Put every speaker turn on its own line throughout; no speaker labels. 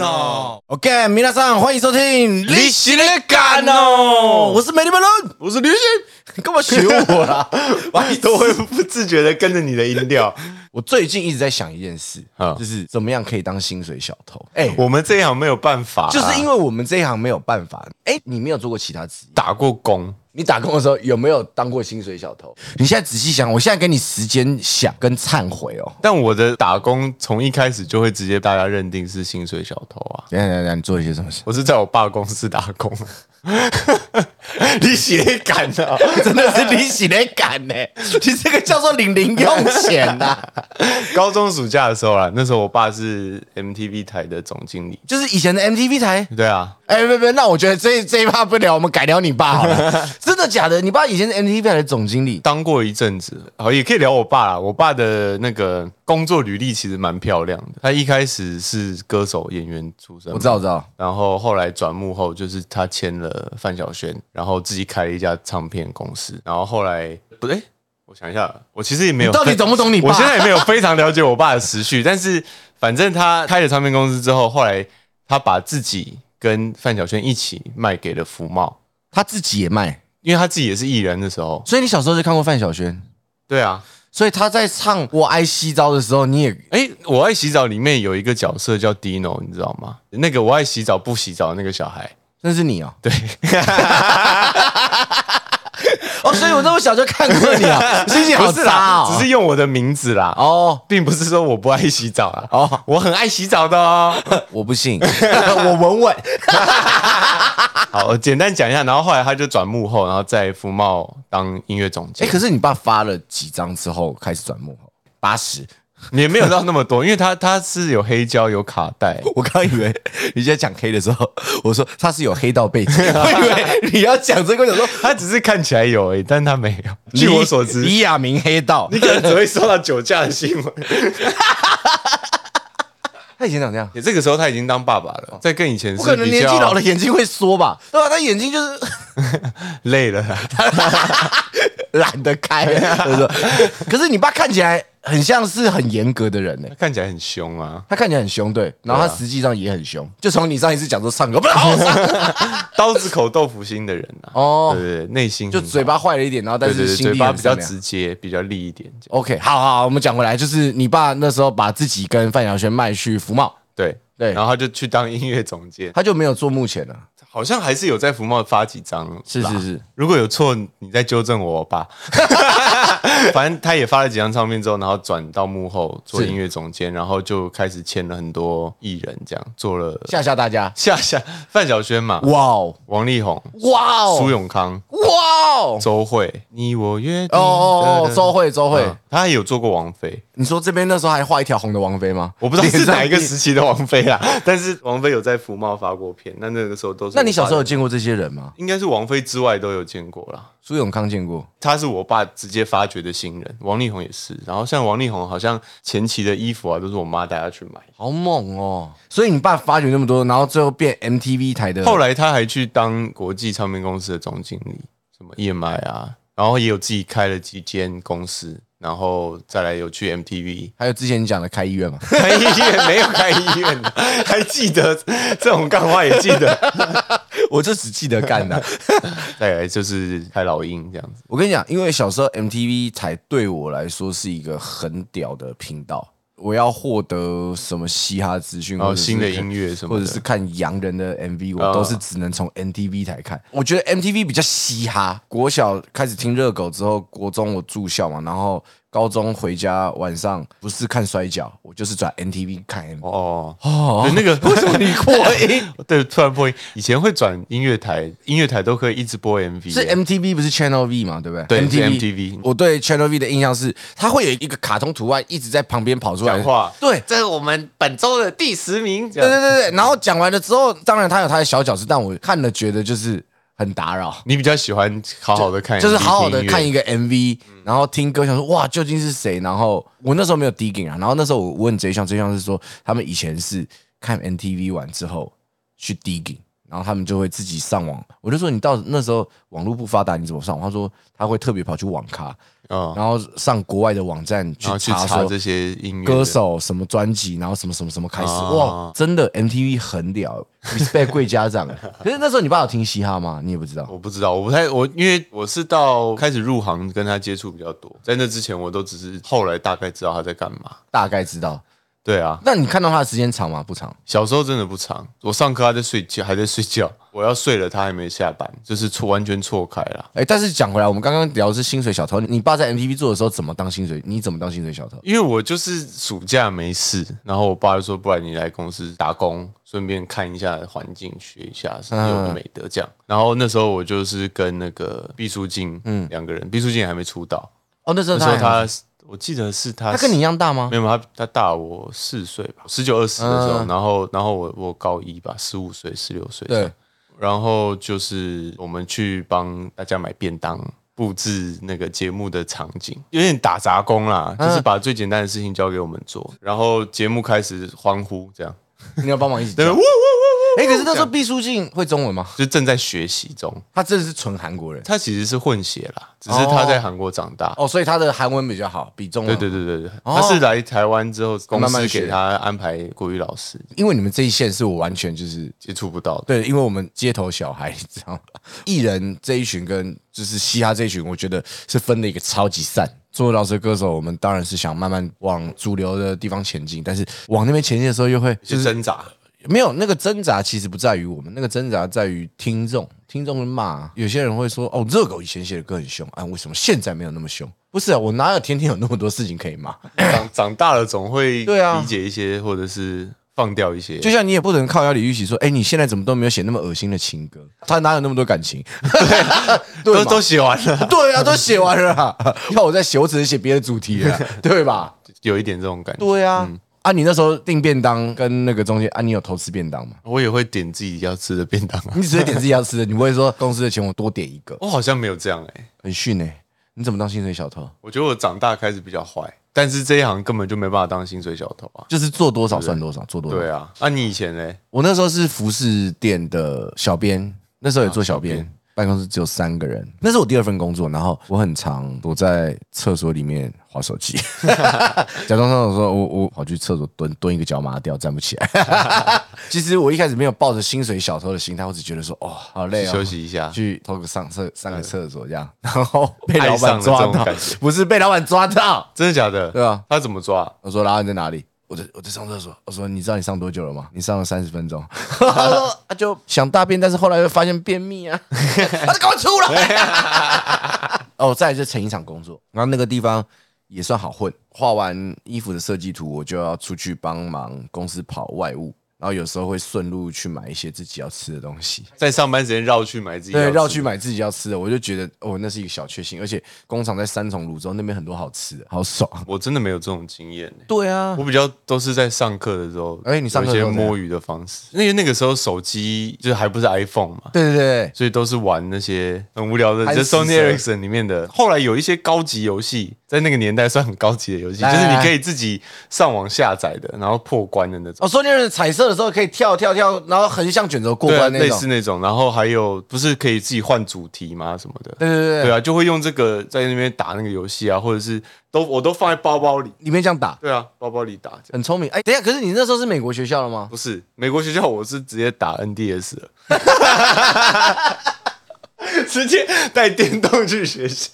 哦。OK，米娜桑，欢迎收听《
你行的干哦，
我是美丽本人，
我是刘星，
你 干嘛学我啊 啦？白痴
都会不自觉的跟着你的音调。
我最近一直在想一件事，
嗯
就是怎么样可以当薪水小偷？哎、
我们这一行没有办法啊，
就是因为我们这一行没有办法。哎、你没有做过其他职业，
打过工，
你打工的时候有没有当过薪水小偷？你现在仔细想，我现在给你时间想跟忏悔哦。
但我的打工从一开始就会直接大家认定是薪水小偷啊。
等一下等一下等一下，你做了些什么事？
我是在我爸公司打 工，你写敢啊？
真的是你洗的敢 呢、你这个叫做领零用钱啊呐、
高中暑假的时候啦，那时候我爸是 MTV 台的总经理。
就是以前的 MTV 台。
对啊，
哎，别别，那我觉得这这一趴不聊，我们改聊你爸好 了。真的假的？你爸以前是 MTV 台的总经理，
当过一阵子，好也可以聊我爸啦。我爸的那个工作履历其实蛮漂亮的。他一开始是歌手、演员出身，
我知道，我知道。
然后后来转幕后，就是他签了范晓萱，然后自己开了一家唱片公司，然后后来不对，我想一下，我其实也没有
你到底懂不懂你爸
我现在也没有非常了解我爸的时序，但是反正他开了唱片公司之后，后来他把自己跟范晓萱一起卖给了福茂，
他自己也卖，
因为他自己也是艺人的时候，
所以你小时候就看过范晓萱，
对啊。
所以他在唱《我爱西招》的时候，你也
哎，我爱洗澡里面有一个角色叫 Dino，你知道吗？那个我爱洗澡不洗澡的那个小孩，
那是你哦，对， 哦，所以我那么小就看过你 啊，心情好
不是
差
啦，
哦，
只是用我的名字啦。
哦，
并不是说我不爱洗澡啦，
哦
哦，我很爱洗澡的哦。
我不信， 我稳稳，
好，我简单讲一下，然后后来他就转幕后，然后在福茂当音乐总
哎，
监，
可是你爸发了几张之后开始转幕后，八十，
也没有到那么多，因为他他是有黑胶有卡 带，
我刚以为你在讲黑的时候，我说他是有黑道背景， 我以为你要讲这个，我想说
他只是看起来有而已，但他没 有。 据我所知，
李亚明黑道，
你可能只会收到酒驾的新 闻。
他以前长这样。
这个时候他已经当爸爸了，在跟以前
哦不可
是
能
比
年纪老
较
了眼睛会缩吧？对吧、他眼睛就是
累了啦。
懒得开，就是说可是你爸看起来很像是很严格的人呢、
他看起来很凶啊，
他看起来很凶，对，然后他实际上也很凶。就从你上一次讲说唱歌不好唱，
刀子口豆腐心的人啊。
哦
哦，对对，内心
就
很好
嘴巴坏了一点，然后但
对对
是
对，
心
嘴
地
巴
很
比较
善良。
直接，比较利一点。这样
OK，好好，好我们讲回来，就是你爸那时候把自己跟范晓萱卖去福茂，
对
对
然后他就去当音乐总监，
他就没有做幕前了。
好像还是有在福茂发几张啦，
是是是，
如果有错，你再纠正我吧。 反正他也发了几张唱片之后，然后转到幕后做
是
音乐总监，然后就开始签了很多艺人，这样做了
吓吓大家，
下下范晓萱嘛，
哇哦
王力宏、
哇哦
苏永康、
哇哦
周蕙，你我约
哦
定
哦哦，周慧周慧，
嗯他也有做过王菲，
你说这边那时候还画一条红的王妃吗？
我不知道
脸
是
上
哪一个时期的王菲啦，但是王菲有在福茂发过片，那那个时候都是。
那你小时候有见过这些人吗？
应该是王菲之外都有见过啦。
苏永康见过，
他是我爸直接发掘的新人，王力宏也是。然后像王力宏，好像前期的衣服啊，都是我妈带他去买。
好猛哦！所以你爸发掘那么多，然后最后变 MTV 台的。
后来他还去当国际唱片公司的总经理，什么 EMI 啊，然后也有自己开了几间公司，然后再来有去 MTV
还有之前你讲的开医院嘛？
开医院没有开医院的，还记得这种干话也记得。
我就只记得干的。
再来就是开老鹰这样子。
我跟你讲，因为小时候 MTV 台对我来说是一个很屌的频道，我要获得什么嘻哈资讯，
然
或
后
者是
哦新的音乐什么
或
的哦
者是看洋人的 MV，我都是只能从 MTV 台看。我觉得 MTV 比较嘻哈。国小开始听热狗之后，国中我住校嘛，然后高中回家晚上不是看摔跤，我就是转 MTV 看 M。
哦，
哦
对那个 为什么你
破音
对，突然破音。以前会转音乐台，音乐台都可以一直播哎 MV，
是 MTV 不是 Channel V 嘛，对不对？
对
MTV
是 MTV
我对 Channel V 的印象是，它会有一个卡通图案一直在旁边跑出来
讲话
对。
这是我们本周的第十名。
对对对对，然后讲完了之后，当然它有它的小角色，但我看了觉得就是很打扰。
你比较喜欢好好的看 MV，
就是好好的
听音乐嗯
看一个 MV，然后听歌，想说哇，究竟是谁？然后我那时候没有 digging 啊，然后那时候我问这项，这项是说他们以前是看 NTV 完之后去 digging，然后他们就会自己上网。我就说你到那时候网络不发达，你怎么上网？他说他会特别跑去网咖，
嗯，
然后上国外的网站去
然后去
查
查
说
这些音乐的
歌手什么专辑，然后什么什么什么开始，
啊
哇，真的 MTV 很屌，respect 贵家 长。可是那时候你爸有听嘻哈吗？你也不知道
我不知道，我不太我因为我是到开始入行跟他接触比较多，在那之前我都只是后来大概知道他在干嘛。
大概知道。
对啊，
那你看到他的时间长吗？不长，
小时候真的不长，我上课他在睡觉，还在睡觉，我要睡了他还没下班，就是错完全错开了。
哎，但是讲回来，我们刚刚聊的是薪水小偷，你爸在 MTV 做的时候怎么当薪水？你怎么当薪水小偷？
因为我就是暑假没事，然后我爸就说，不然你来公司打工，顺便看一下环境，学一下什么有
嗯
的没的这样。然后那时候我就是跟那个毕书尽，嗯，两个人，毕书尽还没出道，
哦，那时候
那时
他
候
他
他，我记得是他，
他跟你一样大吗
没？有，他他大我四岁吧，十九二十的时候，
嗯
然后然后我我高一吧，十五岁十六岁，
对，
然后就是我们去帮大家买便当，布置那个节目的场景，有点打杂工啦，就是把最简单的事情交给我们做，然后节目开始欢呼这样，
你要帮忙一起
对，
讲
呜呜。呜，
哎，可是那时候毕书尽会中文吗？
就正在学习中，
他真的是纯韩国人
他其实是混血啦，只是他在韩国长大。
哦，所以他的韩文比较好，比中
对
文。
对对对对，
哦
他是来台湾之后，公
慢慢
司
学
给他安排国语老师，
因为你们这一线是我完全就是
接触不到的。
对，因为我们街头小孩，你知道吗？艺人这一群跟就是嘻哈这一群，我觉得是分的一个超级散。作为老师歌手，我们当然是想慢慢往主流的地方前进，但是往那边前进的时候，又会
就
就是是
挣扎。
没有那个挣扎，其实不在于我们，那个挣扎在于听众。听众会骂，有些人会说：“哦，热狗以前写的歌很凶啊，为什么现在没有那么凶？”不是啊，我哪有天天有那么多事情可以骂？
长长大了总会
对啊
理解一些，或者是放掉一些。
就像你也不能靠腰李玉玺说：“哎，你现在怎么都没有写那么恶心的情歌？”他哪有那么多感情？ 对
都
嘛
都写完了，
对啊，都写完了啊，要我再写，我只能写别的主题 了，对吧？
有一点这种感觉。
对啊，啊，你那时候订便当跟那个中间啊，你有偷吃便当吗？
我也会点自己要吃的便当 啊，
你只是点自己要吃的，你不会说公司的钱我多点一个，
我好像没有这样哎、
很逊哎、你怎么当薪水小偷？
我觉得我长大开始比较坏，但是这一行根本就没办法当薪水小偷啊。
就是做多少算多少，做多少。
对啊，那、你以前嘞？
我那时候是服饰店的小编，那时候也做小编，
啊小编
办公室只有三个人，那是我第二份工作。然后我很常躲在厕所里面划手 机，假装上厕所，我我跑去厕所蹲蹲一个脚麻掉，站不起 来。其实我一开始没有抱着薪水小偷的心态，我只觉得说哦，好累哦，
休息一下，
去嗯偷个上厕上个厕所这样，然后被
爱
老
上
板
了这
抓
种
到
感觉，
不是被老板抓到，
真的假的？
对啊，
他怎么抓？
我说：“老板你在哪里？”我在我在上厕所。我说：“你知道你上多久了吗？你上了三十分钟。” 他说：“啊，就 想大便，但是后来又发现便秘 啊，他就赶快出来。” 哦，再来就是成衣厂工作，然后那个地方也算好混。画完衣服的设计图，我就要出去帮忙公司跑外务，然后有时候会顺路去买一些自己要吃的东西。
在上班时间绕去买自己要
对，
吃
绕去买自己要吃的，我就觉得哦，那是一个小确幸。而且工厂在三重、泸州那边很多好吃的，好爽。
我真的没有这种经验、欸。
对啊
我，比较都是在上课的时候，
哎你上课的
有
时候
一些
怎样
摸鱼的方式，因为那个时候手机就是还不是 iPhone 嘛，
对对对，
所以都是玩那些很无聊的，
还
就是是 Sony
死蛇
Ericsson 里面的。后来有一些高级游戏，在那个年代算很高级的游戏，就
来
是
来
你
来
可以自己上网下载的，然后破关的那种。
哦，说那人彩色的时候可以跳跳跳，然后横向卷轴过
对啊，
关那
类
种
似。那种，然后还有不是可以自己换主题吗？什么的，
对对对
对啊，就会用这个在那边打那个游戏啊，或者是都我都放在包包里，
里面这样打，
对啊，包包里打这样。
很聪明。哎，等一下，可是你那时候是美国学校了吗？
不是美国学校，我是直接打 NDS 了，直接带电动去学校，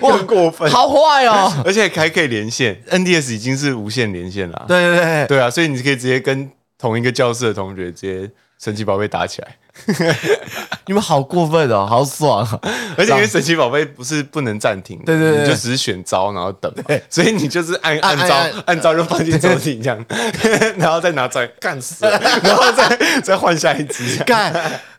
哇，过分
好坏哦！
而且还可以连线，NDS 已经是无线连线了。
对对对，
对啊，所以你可以直接跟同一个教室的同学直接神奇宝贝 打起来，
你们好过分哦，好爽啊！
而且因为神奇宝贝不是不能暂停的，
对对对
你就只是选招然后等嘛，所以你就是按按招
按按
按招就放进抽屉这样， 然后再拿出来干死了， 然后再再换下一只。
干，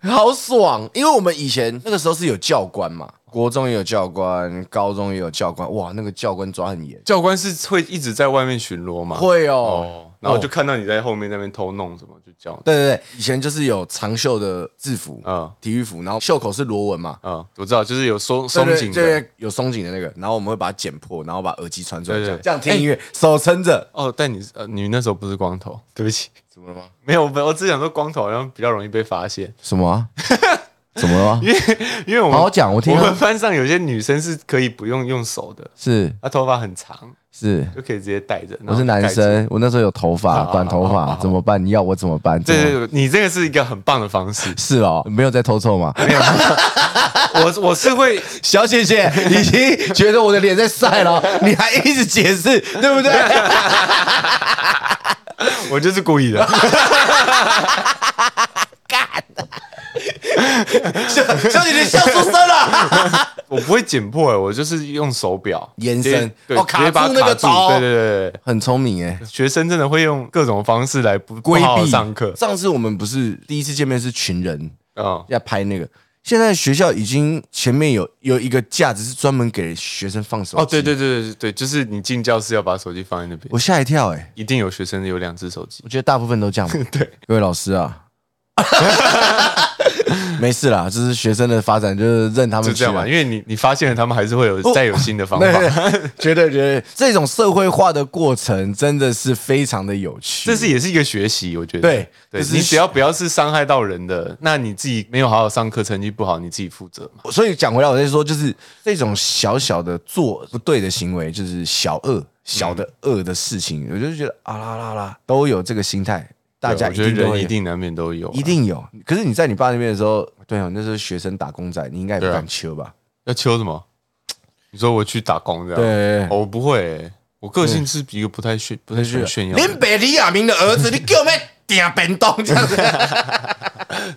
好爽！因为我们以前那个时候是有教官嘛，国中也有教官，高中也有教官，哇，那个教官抓很严。
教官是会一直在外面巡逻嘛？
会哦
哦，，然后就看到你在后面那边偷弄什么，就叫你。
对对对，以前就是有长袖的制服，
嗯
体育服，然后袖口是螺纹嘛，
嗯，我知道，就是有松松
对对
紧的。
对，有松紧的那个，然后我们会把它剪破，然后把耳机穿出来，
对
这
对哎
样这样听音乐，手撑着。
哦，但你呃，你那时候不是光头，对不起，
怎么了吗？
没有，我我只想说光头好像比较容易被发现。
什么啊？怎么了吗？
因为因为我们
好好讲我听啊
我们班上有些女生是可以不用用手的，
是
她头发很长，
是，
就可以直接戴着。然后
我是男
盖着
生，我那时候有头
好
发，
好
短头
好好
发
好
怎么办？你要我怎么办？怎
对
么。
对对，你这个是一个很棒的方式
是哦，没有在偷臭吗？
没有，我我是会，
小姐姐 已经觉得我的脸在晒 了，你还一直解释，对 不对？
我就是故意的。
小小姐姐笑出声了，
我不会剪破、欸，我就是用手表
延
直接
伸
对，
哦
直接
卡
把
住
它
那个
卡住
刀
对对对对
很聪明哎，
学生真的会用各种方式来不
规
不好好
避
上课。
上次我们不是第一次见面是群人
嗯，
要拍那个，现在学校已经前面有有一个架子是专门给学生放手机
哦，对，对对对对，就是你进教室要把手机放在那边，
我吓一跳哎，
一定有学生有两只手 机
我。觉得大部分都这样吧。
对，
各位老师 啊，没事啦，这是学生的发展，就是任他
就
们去
这样
啊哦
嘛， 因为你你发现了他们还是会有再有新的方
对
法，，
觉得觉得这种社会化的过程真的是非常的有趣。
这是也是一个学习，我觉得。
对
对
这是
你只要不要是伤害到人的，那你自己没有好好上课，成绩不好，你自己负责嘛。
所以讲回来，我在说，就是这种小小的做不对的行为，就是小恶、小的
嗯
恶的事情，我就觉得啊啦啦啦，都有这个心态，大家一
对我觉
定
得
都
人
会
一
有。
定难免都有啊，
一定有，可是你在你爸那边的时候，对哦，那时候学生打工仔，你应该也不
对啊
敢求吧？
要求什么？你说我去打工这样？
对对对嗯
哦我不会欸、我个性是一个不太炫、不太喜欢炫耀的人，
林北李亚明的儿子，你给我们点本东这样子，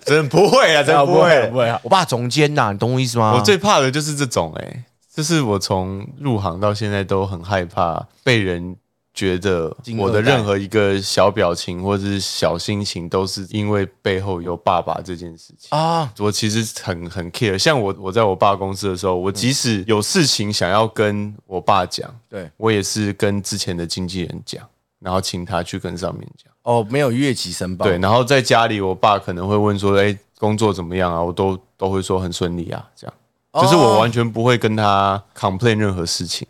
真 不会啊，真不会。
会啊！我爸总监呐，你懂我意思吗？
我最怕的就是这种哎、就是我从入行到现在都很害怕被人觉得
金
我的
二代
任何一个小表情或者是小心情都是因为背后有爸爸这件事情。
啊，
我其实很很 care，像我我在我爸公司的时候，我即使有事情想要跟我爸讲，
对
我也是跟之前的经纪人讲，然后请他去跟上面讲。
哦，没有越级申报，
对，然后在家里，我爸可能会问说：“哎、工作怎么样啊？”我都都会说很顺利啊，这样。
哦
就是我完全不会跟他 complain 任何事情，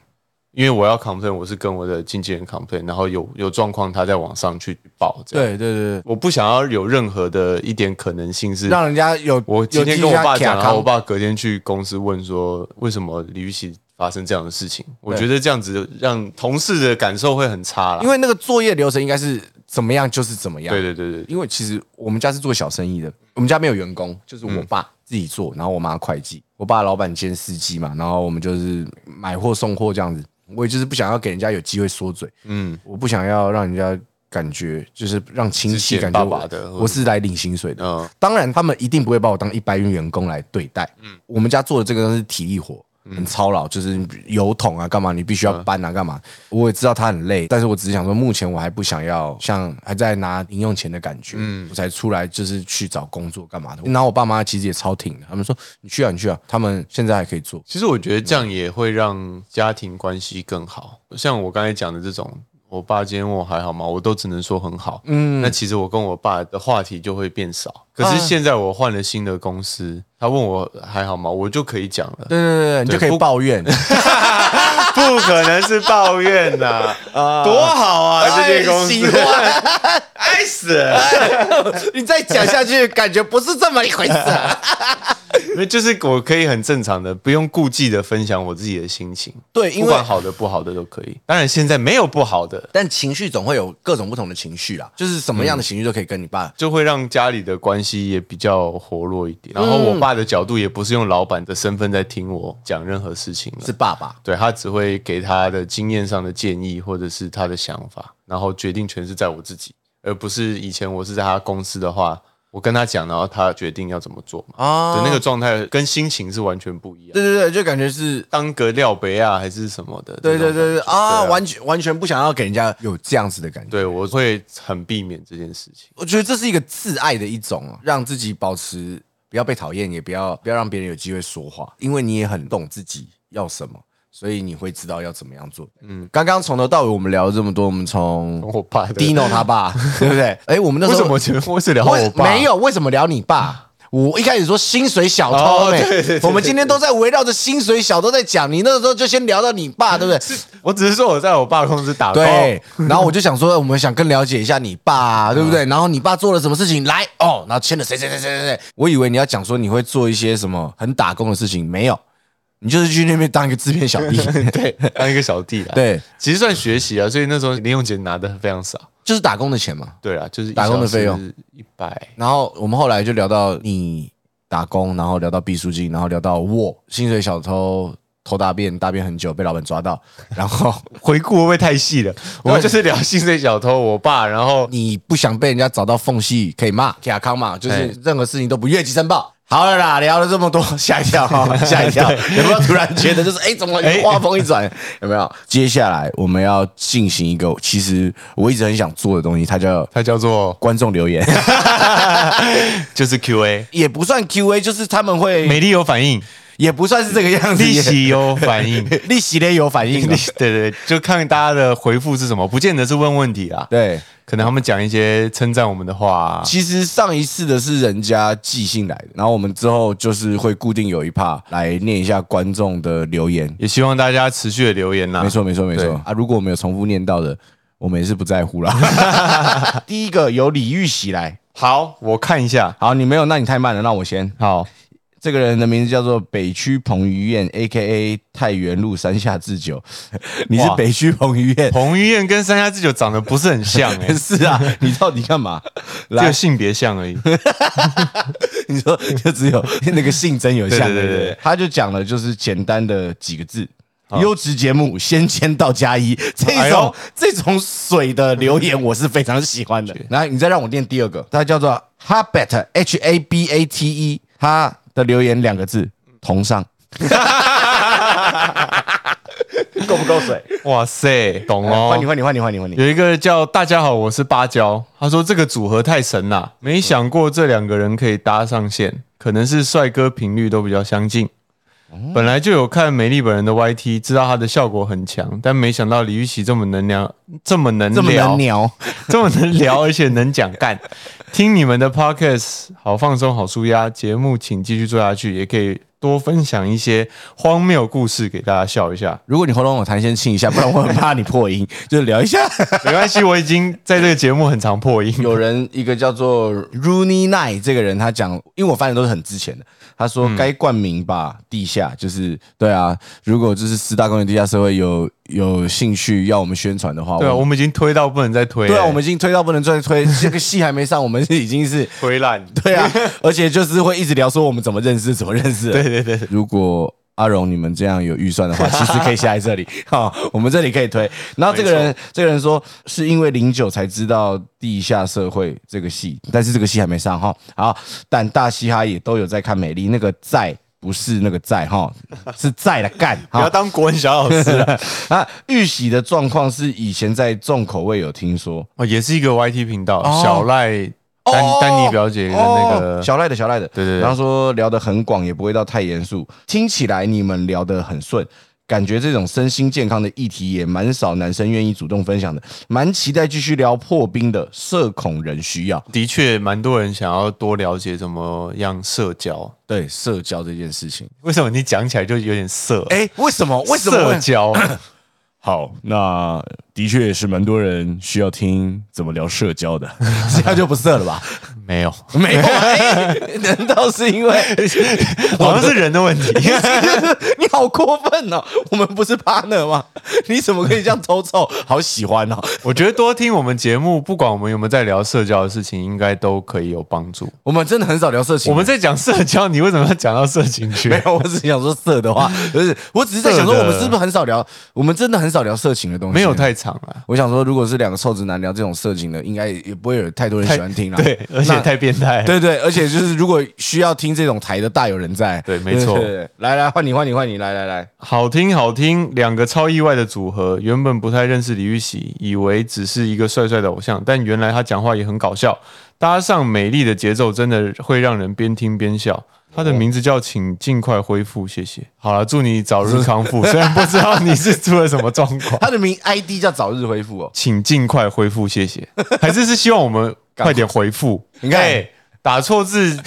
因为我要 complain，我是跟我的经纪人 complain，然后有有状况他再往上去报。这样，
对对对对，
我不想要有任何的一点可能性是。
让人家有
我今天
有
跟我爸讲，
有
然后我爸隔天去公司问说，为什么李玉玺发生这样的事情？我觉得这样子让同事的感受会很差啦。
因为那个作业流程应该是怎么样就是怎么样。
对对对对，
因为其实我们家是做小生意的，我们家没有员工，就是
嗯
我爸自己做，然后我妈会计，我爸老板兼司机嘛，然后我们就是买货送货这样子。我也就是不想要给人家有机会说嘴，
嗯，
我不想要让人家感觉就是让亲戚
是
感
捡
觉
爸
我
爸的
我是来领薪水的。
嗯
当然，他们一定不会把我当一般员工来对待。
嗯
我们家做的这个都是体力活，很操劳，就是油桶啊，干嘛你必须要搬啊，干嘛。我也知道他很累，但是我只是想说，目前我还不想要像还在拿零用钱的感觉，
嗯
我才出来就是去找工作干嘛的。然后我爸妈其实也超挺的，他们说你去啊，你去啊，他们现在还可以做。
其实我觉得这样也会让家庭关系更好。像我刚才讲的这种，我爸今天问我还好吗，我都只能说很好。嗯，那其实我跟我爸的话题就会变少。可是现在我换了新的公司，他问我还好吗，我就可以讲 了。
对对对，你就可以抱 怨。
不可能是抱怨呐、多好 啊
哎喜欢
爱死了。
你再讲下去，感觉不是这么一回事 啊。
那就是我可以很正常的、不用顾忌的分享我自己的心情，
对，因
不
为
管好的不好的都可以。当然现在没有不好的，
但情绪总会有各种不同的情绪
嗯
啦，就是什么样的情绪都可以跟你爸
就会让家里的关系也比较活络一点。然
嗯
后我爸的角度也不是用老板的身份在听我讲任何事情
是
了，
爸爸。
对他只会给他的经验上的建议或者是他的想法，然后决定权是在我自己，而不是以前我是在他公司的话，我跟他讲，然后他决定要怎么做嘛。
啊
对，那个状态跟心情是完全不一样。
对对对，就感觉是，
当个廖北啊，还是什么的？
对对
这种
对对
感觉
啊，
对
完全完全不想要给人家有这样子的感觉。
对我会很避免这件事情。
我觉得这是一个自爱的一种啊，让自己保持不要被讨厌，也不要不要让别人有机会说话，因为你也很懂自己要什么，所以你会知道要怎么样做。嗯，刚刚从头到尾我们聊了这么多，我们从
我爸的
Dino 他爸，对不对？哎，我们那
为
时
什
候
么全部是聊
为
我爸？
没有为什么聊你爸？我一开始说薪水小偷、
哦
欸，
对对对对
我们今天都在围绕着薪水小偷在讲。你那个时候就先聊到你爸，对不对？
我只是说哦我在我爸公司打工，
对， 然后我就想说，我们想更了解一下你爸、啊，对不
嗯
对？然后你爸做了什么事情？来哦，然后签了谁谁谁谁谁谁。我以为你要讲说你会做一些什么很打工的事情，没有，你就是去那边当一个制片小 弟，
对，当一个小弟啦。，
对，
其实算学习啊，所以那时候零用钱拿的非常少。
就是打工的钱嘛。
对啊，就是一
打工的
小时
费用
一百，
然后我们后来就聊到你打工，然后聊到毕书尽，然后聊到我薪水小偷偷大便，大便很久被老板抓到，然后
回顾会不会太细了？我们就是聊薪水小偷，我爸，然后
你不想被人家找到缝隙可以骂 铁康嘛，就是任何事情都不越级申报。 好了啦，聊了这么多，吓一 跳哈、吓一跳，有没有突然觉得就是哎，怎么话锋一 转，有没有？接下来我们要进行一个，其实我一直很想做的东西，它叫
他 叫做
观众留言，
就是 Q&A，
也不算 Q A，就是他们会，
美丽有反应，
也啊不 算是这个样子，
利 息有反应。
利息嘞有反应啊
对，对对，就看大家的回复是什么，不见得是问问题啊，
对，
可能他们讲一些称赞我们的话啊、
其实上一次的是人家寄信来的，然后我们之后就是会固定有一趴来念一下观众的留言。
也希望大家持续的留言啦、
没错，没错，没错
对
啊！如果我们有重复念到的，我们也是不在乎啦。 第一个由李玉玺来，
好，我看一下。
好，你没有，那你太慢了，那我先。
好，
这个人的名字叫做北区彭于晏，A K A 太原路山下智久。 你是
哇
北区彭于晏？
彭于晏跟山下智久长得不是很像 哎、
是啊，你到底干 嘛？
只
来
有，性别像而已。
你说就只有那个性征有像，
对对对对对
他就讲了就是简单的几个字。优质节目先签到加一，这
哎
种、
呦
这种水的留言我是非常喜欢的。来，你再让我念第二个，它叫做 habit h a b a t e，它的留言两个字，同上，够不够水？
哇塞，懂
哎换你，
哦。
换你，换你，换你，换你。
有一个叫“大家好，我是芭蕉”，他说这个组合太神啦，没想过这两个人可以搭上线，可能是帅哥频率都比较相近。
哦
本来就有看美丽本人的 YT，知道他的效果很强，但没想到李玉玺这么能聊，这么能
这么
聊
能，聊，
这么能聊，而且能讲干。听你们的 podcast 好放松，好舒压。节目请继续做下去，也可以多分享一些荒谬故事给大家笑 一下。
如果你喉咙有痰，先清一下，不然我很怕你破音。就是聊一下，
没关系，我已经在这个节目很常破 音。
有人一个叫做 Rooney Night 这个人，他讲，因为我翻的都是很之前的，他说该冠名吧，地下就是对啊，如果就是四大公园地下社会有有兴趣要我们宣传的话，
对啊，
我
我
们
们已经欸推到不能再推了。
对啊，我们已经推到不能再推，这个戏还没上，我们是已经是
推烂。
对啊，而且就是会一直聊说我们怎么认识，怎么认识的，
对对对对，
如果阿荣你们这样有预算 的话，其实可以下来这里，好，我们这里可以推。然后这个人，这个人说是因为零九才知道《地下社会》这个戏，但是这个戏还没上哈。好，但大嘻哈也都有在看美丽，那个在不是那个在 哈，是在的干
不要
哈。
当国文小老师了。
啊，玉玺的状况是以前在重口味有听说，
哦，也是一个 YT 频道，
哦
小赖丹
哦
丹尼表姐跟那
哦
个
小赖的小赖的，
对对对
然后说聊得很广，也不会到太严肃，听起来你们聊得很顺。感觉这种身心健康的议题也蛮少男生愿意主动分享的，蛮期待继续聊破冰的，社恐人需要
的确蛮多人想要多了解怎么样社交。
对社交这件事情。
为什么你讲起来就有点色？哎、
哎，为什么？为什
社
么？
交？
好，那的确是蛮多人需要听怎么聊社交 的，这样就不社了吧？
没有，
没 有、哎，难道是因 为
好像是人的问题。
你好过分哦！我们不是 partner 吗？你怎么可以这样偷臭？好喜欢哦！
我觉得多听我们节目，不管我们有没有在聊社交的事情，应该都可以有帮助。
我们真的很少聊色情。
我们在讲社交，你为什么要讲到色情 去？
没有，我只是想说色的话，就是我只是在想说，
色
我
的
们是不是很少聊？我们真的很少聊色情的东西。
没有，太长了，
我想说，如果是两个臭直男聊这种色情的，应该也不会有太多人喜欢听啦。
对，而且
那
太变态。
对对，而且就是如果需要听这种台的，大有人在。
对没错
对对对来来，换你，换你，换你，来来来，
好听好听，两个超意外的组合。原本不太认识李玉玺，以为只是一个帅帅的偶像，但原来他讲话也很搞笑，搭上美丽的节奏，真的会让人边听边笑。他的名字叫请尽快恢复，谢谢。好了，祝你早日康复。虽然不知道你是出了什么状况，
他的名 ID 叫早日恢复哦。
请尽快恢复，谢谢。还是是希望我们快点回复。
你看
哎打错字，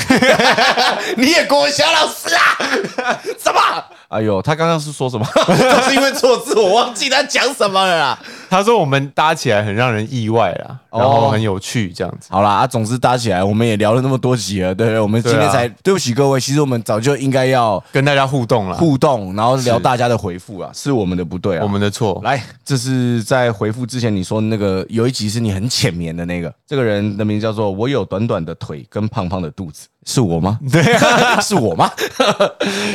你也郭小老师啊？ 什么？ 哎呦，他刚刚是说什么？ 就是因为错字，我忘记他讲什么了啦。
他说我们搭起来很让人意外啦，
哦
然后很有趣这样子。
好啦，啊，总之搭起来，我们也聊了那么多集了，对不对？我们今天
对啊
才，对不起各位，其实我们早就应该要
跟大家互动啦，
互动，然后聊大家的回复啊，是我们的不对啊，
我们的错。
来，这是在回复之前你说那个有一集是你很浅眠的那个，这个人的名字叫做“我有短短的腿跟胖胖的肚子”，是我吗？对、啊 是我吗？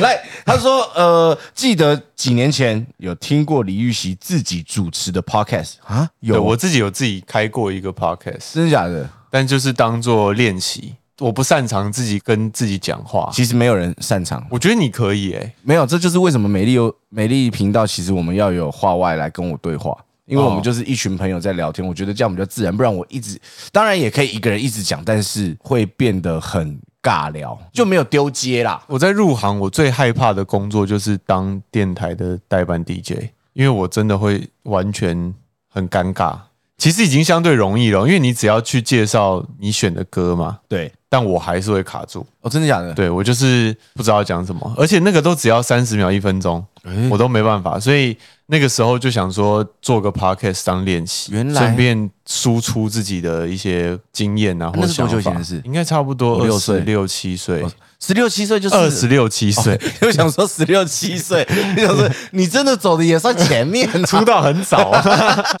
来，他说呃，记得几年前有听过李玉玺自己主持的 podcast 啊，
对
有
我自己有自己开过一个 podcast，
真的假的？
但就是当做练习。我不擅长自己跟自己讲话，
其实没有人擅长，
我觉得你可以欸诶、
没有，这就是为什么美丽有美丽频道，其实我们要有话外来跟我对话。因为我们
哦
就是一群朋友在聊天，我觉得这样比较自然，不然我一直当然也可以一个人一直讲，但是会变得很尬聊，就没有丢接啦。
我在入行，我最害怕的工作就是当电台的代班 DJ，因为我真的会完全很尴尬。其实已经相对容易了，因为你只要去介绍你选的歌嘛，
对，
但我还是会卡住。
哦，真的假的？
对我就是不知道讲什么，而且那个都只要三十秒、一分钟，我都没办法。所以那个时候就想说做个 podcast 当练习，
原来
顺便输出自己的一些经验啊，或
那
者
是多久以前
想法
的事
应该差不多
五
二
六
十
岁哦
六七岁，
十六七岁就是
二十，六七岁。
又想说十六七岁，你想说你真的走的也算前面 啊、
出道很早、啊，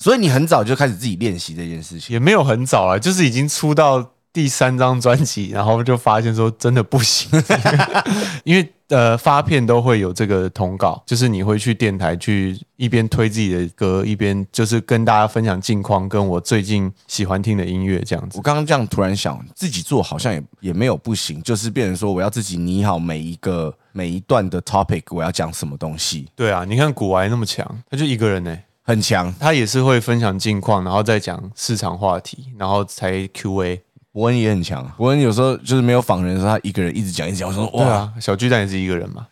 所以你很早就开始自己练习这件事情。
也没有很早啊，就是已经出到第三张专辑，然后就发现说真的不行， 因为呃发片都会有这个通告，就是你会去电台去一边推自己的歌，一边就是跟大家分享近况，跟我最近喜欢听的音乐这样子
我。刚刚这样突然想，自己做好像也也没有不行，就是变成说我要自己拟好每一个每一段的 topic，我要讲什么东西，
对啊，你看古玩那么强，他就一个人呢、
很强。
他也是会分享近况，然后再讲市场话题，然后才 Q&A。
伯恩也很强，伯恩有时候就是没有仿人的时候，他一个人一直讲一直讲，我说
对
哇，
啊，小巨蛋也是一个人嘛。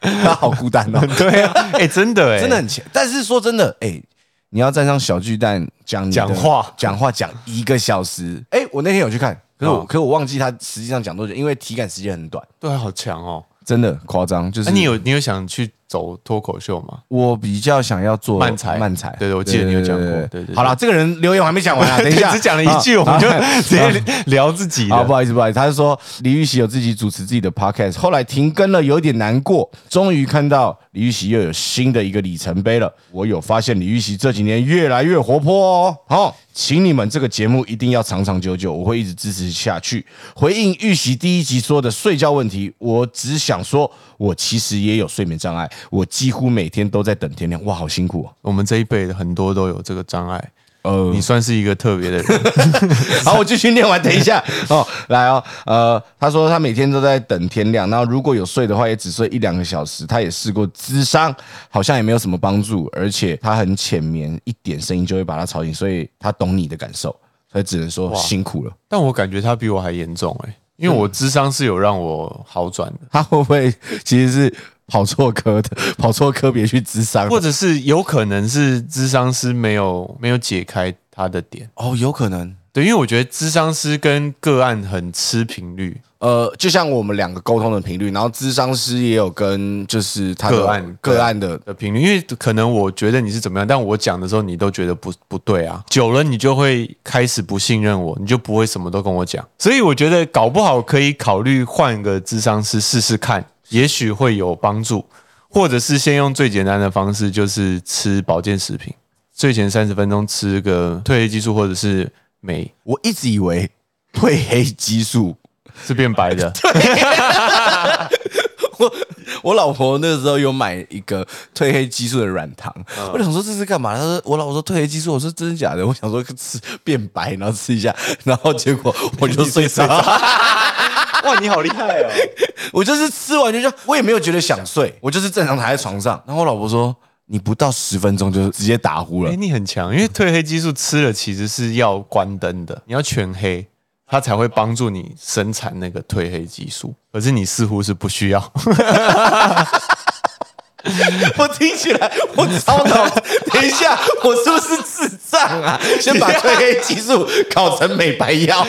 他好孤单哦，
对啊，哎、真的哎、
真的很强。但是说真的，哎。你要站上小巨蛋讲你的
讲话
讲话讲一个小时。哎、我那天有去看，可是我、
哦
可是我忘记他实际上讲多久，因为体感时间很短，
对啊，好强哦。
真的夸张。就是、
那、你有你有想去走脱口秀吗？
我比较想要做
漫才
漫才。
对对我记得你有讲过对对对
好了，这个人留言我还没讲 完啊，等一下啊
只讲了一句，我们就 直接聊自己
啊，不
的。
好意思，不好意思，他是说李玉玺有自己主持自己的 podcast，后来停更了，有点难过。终于看到李玉玺又有新的一个里程碑了。我有发现李玉玺这几年越来越活泼哦。好，请你们这个节目一定要长长久久，我会一直支持下去。回应玉玺第一集说的睡觉问题，我只想说，我其实也有睡眠障碍，我几乎每天都在等天亮，哇，好辛苦哦。
我们这一辈的很多都有这个障碍，
呃
你算是一个特别的人。
嗯 好，我继续念完，等一下 哦，来哦，呃，他说他每天都在等天亮，然后如果有睡的话，也只睡一两个小时。他也试过咨商，好像也没有什么帮助，而且他很浅眠，一点声音就会把他吵醒，所以他懂你的感受，所以只能说辛苦了。
但我感觉他比我还严重哎、因为我智商是有让我好转的，
他会不会其实是跑错科的？跑错科别去咨商？
或者是有可能是智商师没有没有解开他的点。
哦，有可能。
对，因为我觉得智商师跟个案很吃频率，
呃，就像我们两个沟通的频率，然后咨商师也有跟就是他的
个案
个案的
的频率，因为可能我觉得你是怎么样，但我讲的时候你都觉得不不对啊，久了你就会开始不信任我，你就不会什么都跟我讲，所以我觉得搞不好可以考虑换个智商师试试看，也许会有帮助，或者是先用最简单的方式，就是吃保健食品，睡前三十分钟吃个褪黑激素或者是镁，
我一直以为褪黑激素，
是变白的，
我 老婆那时候有买一个褪黑激素的软糖，
嗯
我想说这是干嘛？她说我老婆说褪黑激素，我说真的假的？我想说吃变白，然后吃一下，然后结 果我就睡着了。
哇，你好厉害哦！
我就是吃完就这样，我也没有觉得想睡，我就是正常躺在床上。然后我老婆说你不到十分钟就直接打呼
哎、
了，
你很强，因为褪黑激素吃了其实是要关灯的，你要全黑，它才会帮助你生产那个褪黑激素。可是你似乎是不需要，
我听起来我超 脑，等一下，我是不是智障 啊？先把褪黑激素搞成美白药，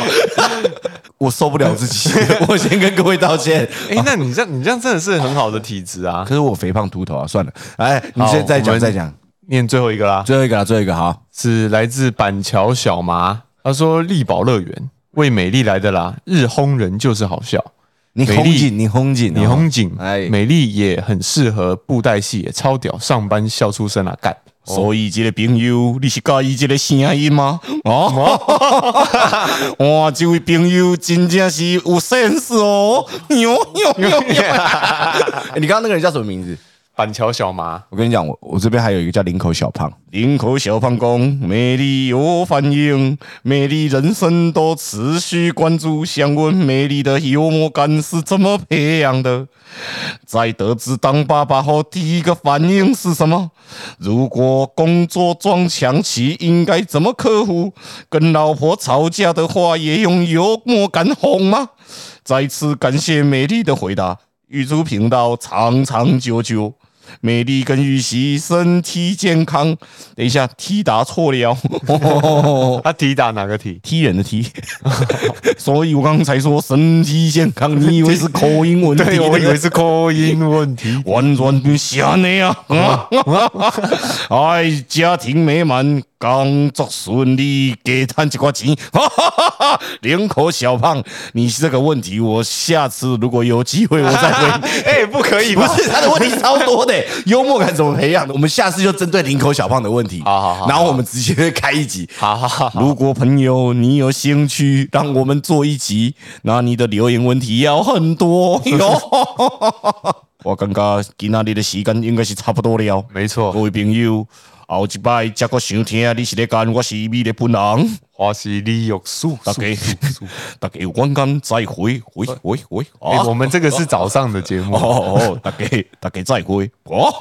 我受不了自 己，我先跟各位道歉。
哎、那你这样，你这样真的是很好的体质啊！
可是我肥胖秃头啊，算了，哎，你
好
先再
我
讲
们
再讲，
念最后一个啦，
最后一个啦，最后一个好，
是来自板桥小麻，他说力宝乐园为美丽来的啦，日轰人就是好笑，
你
美
轰
丽
紧，你轰紧，
你轰景，
哎
美丽也很适合布袋戏，也超屌，上班笑出声啊，干。
所以这个朋友，你是介意这个声音吗？ 哦， 哇，这位朋友真正是有 sense 哦，牛牛牛！ 牛欸你刚刚那个人叫什么名字？
板桥小麻，
我跟你讲，我我这边还有一个叫林口小胖，林口小胖公，美丽有反应，美丽人生都持续关注，想问美丽的幽默感是怎么培养的？在得知当爸爸后，第一个反应是什么？如果工作撞墙期，应该怎么克服？跟老婆吵架的话，也用幽默感哄吗？再次感谢美丽的回答，玉珠频道长长久久。美丽跟玉玺身体健康。等一下，T 答错了，
他题打哪个题？
踢人的踢，所以我刚才说身体健康，你以为是口音问题？。
对，我以 为是口音问题
完全不像你 啊！哎，家庭美满，工作顺利，给赚一寡钱。 两口小胖，你这个问题，我下次如果有机会，我再回。
哎，不可以
不
吧？
是他的问题超多的、幽默感怎么培养的？我们下次就针对林口小胖的问题，
好好好
然后我们直接开一集。
好好好，
如果朋友你有兴趣，让我们做一集，那你的留言问题要很 多哟。我感觉今仔日的时间应该是差不多了，
没错
各，位朋友，后一摆再搁想听你是咧干，我是美丽本人，
花西利有素。
大家大家有关感再会，回回回
哎，
啊！
我们这个是早上的节目
哦。哦，大家大家再会哦。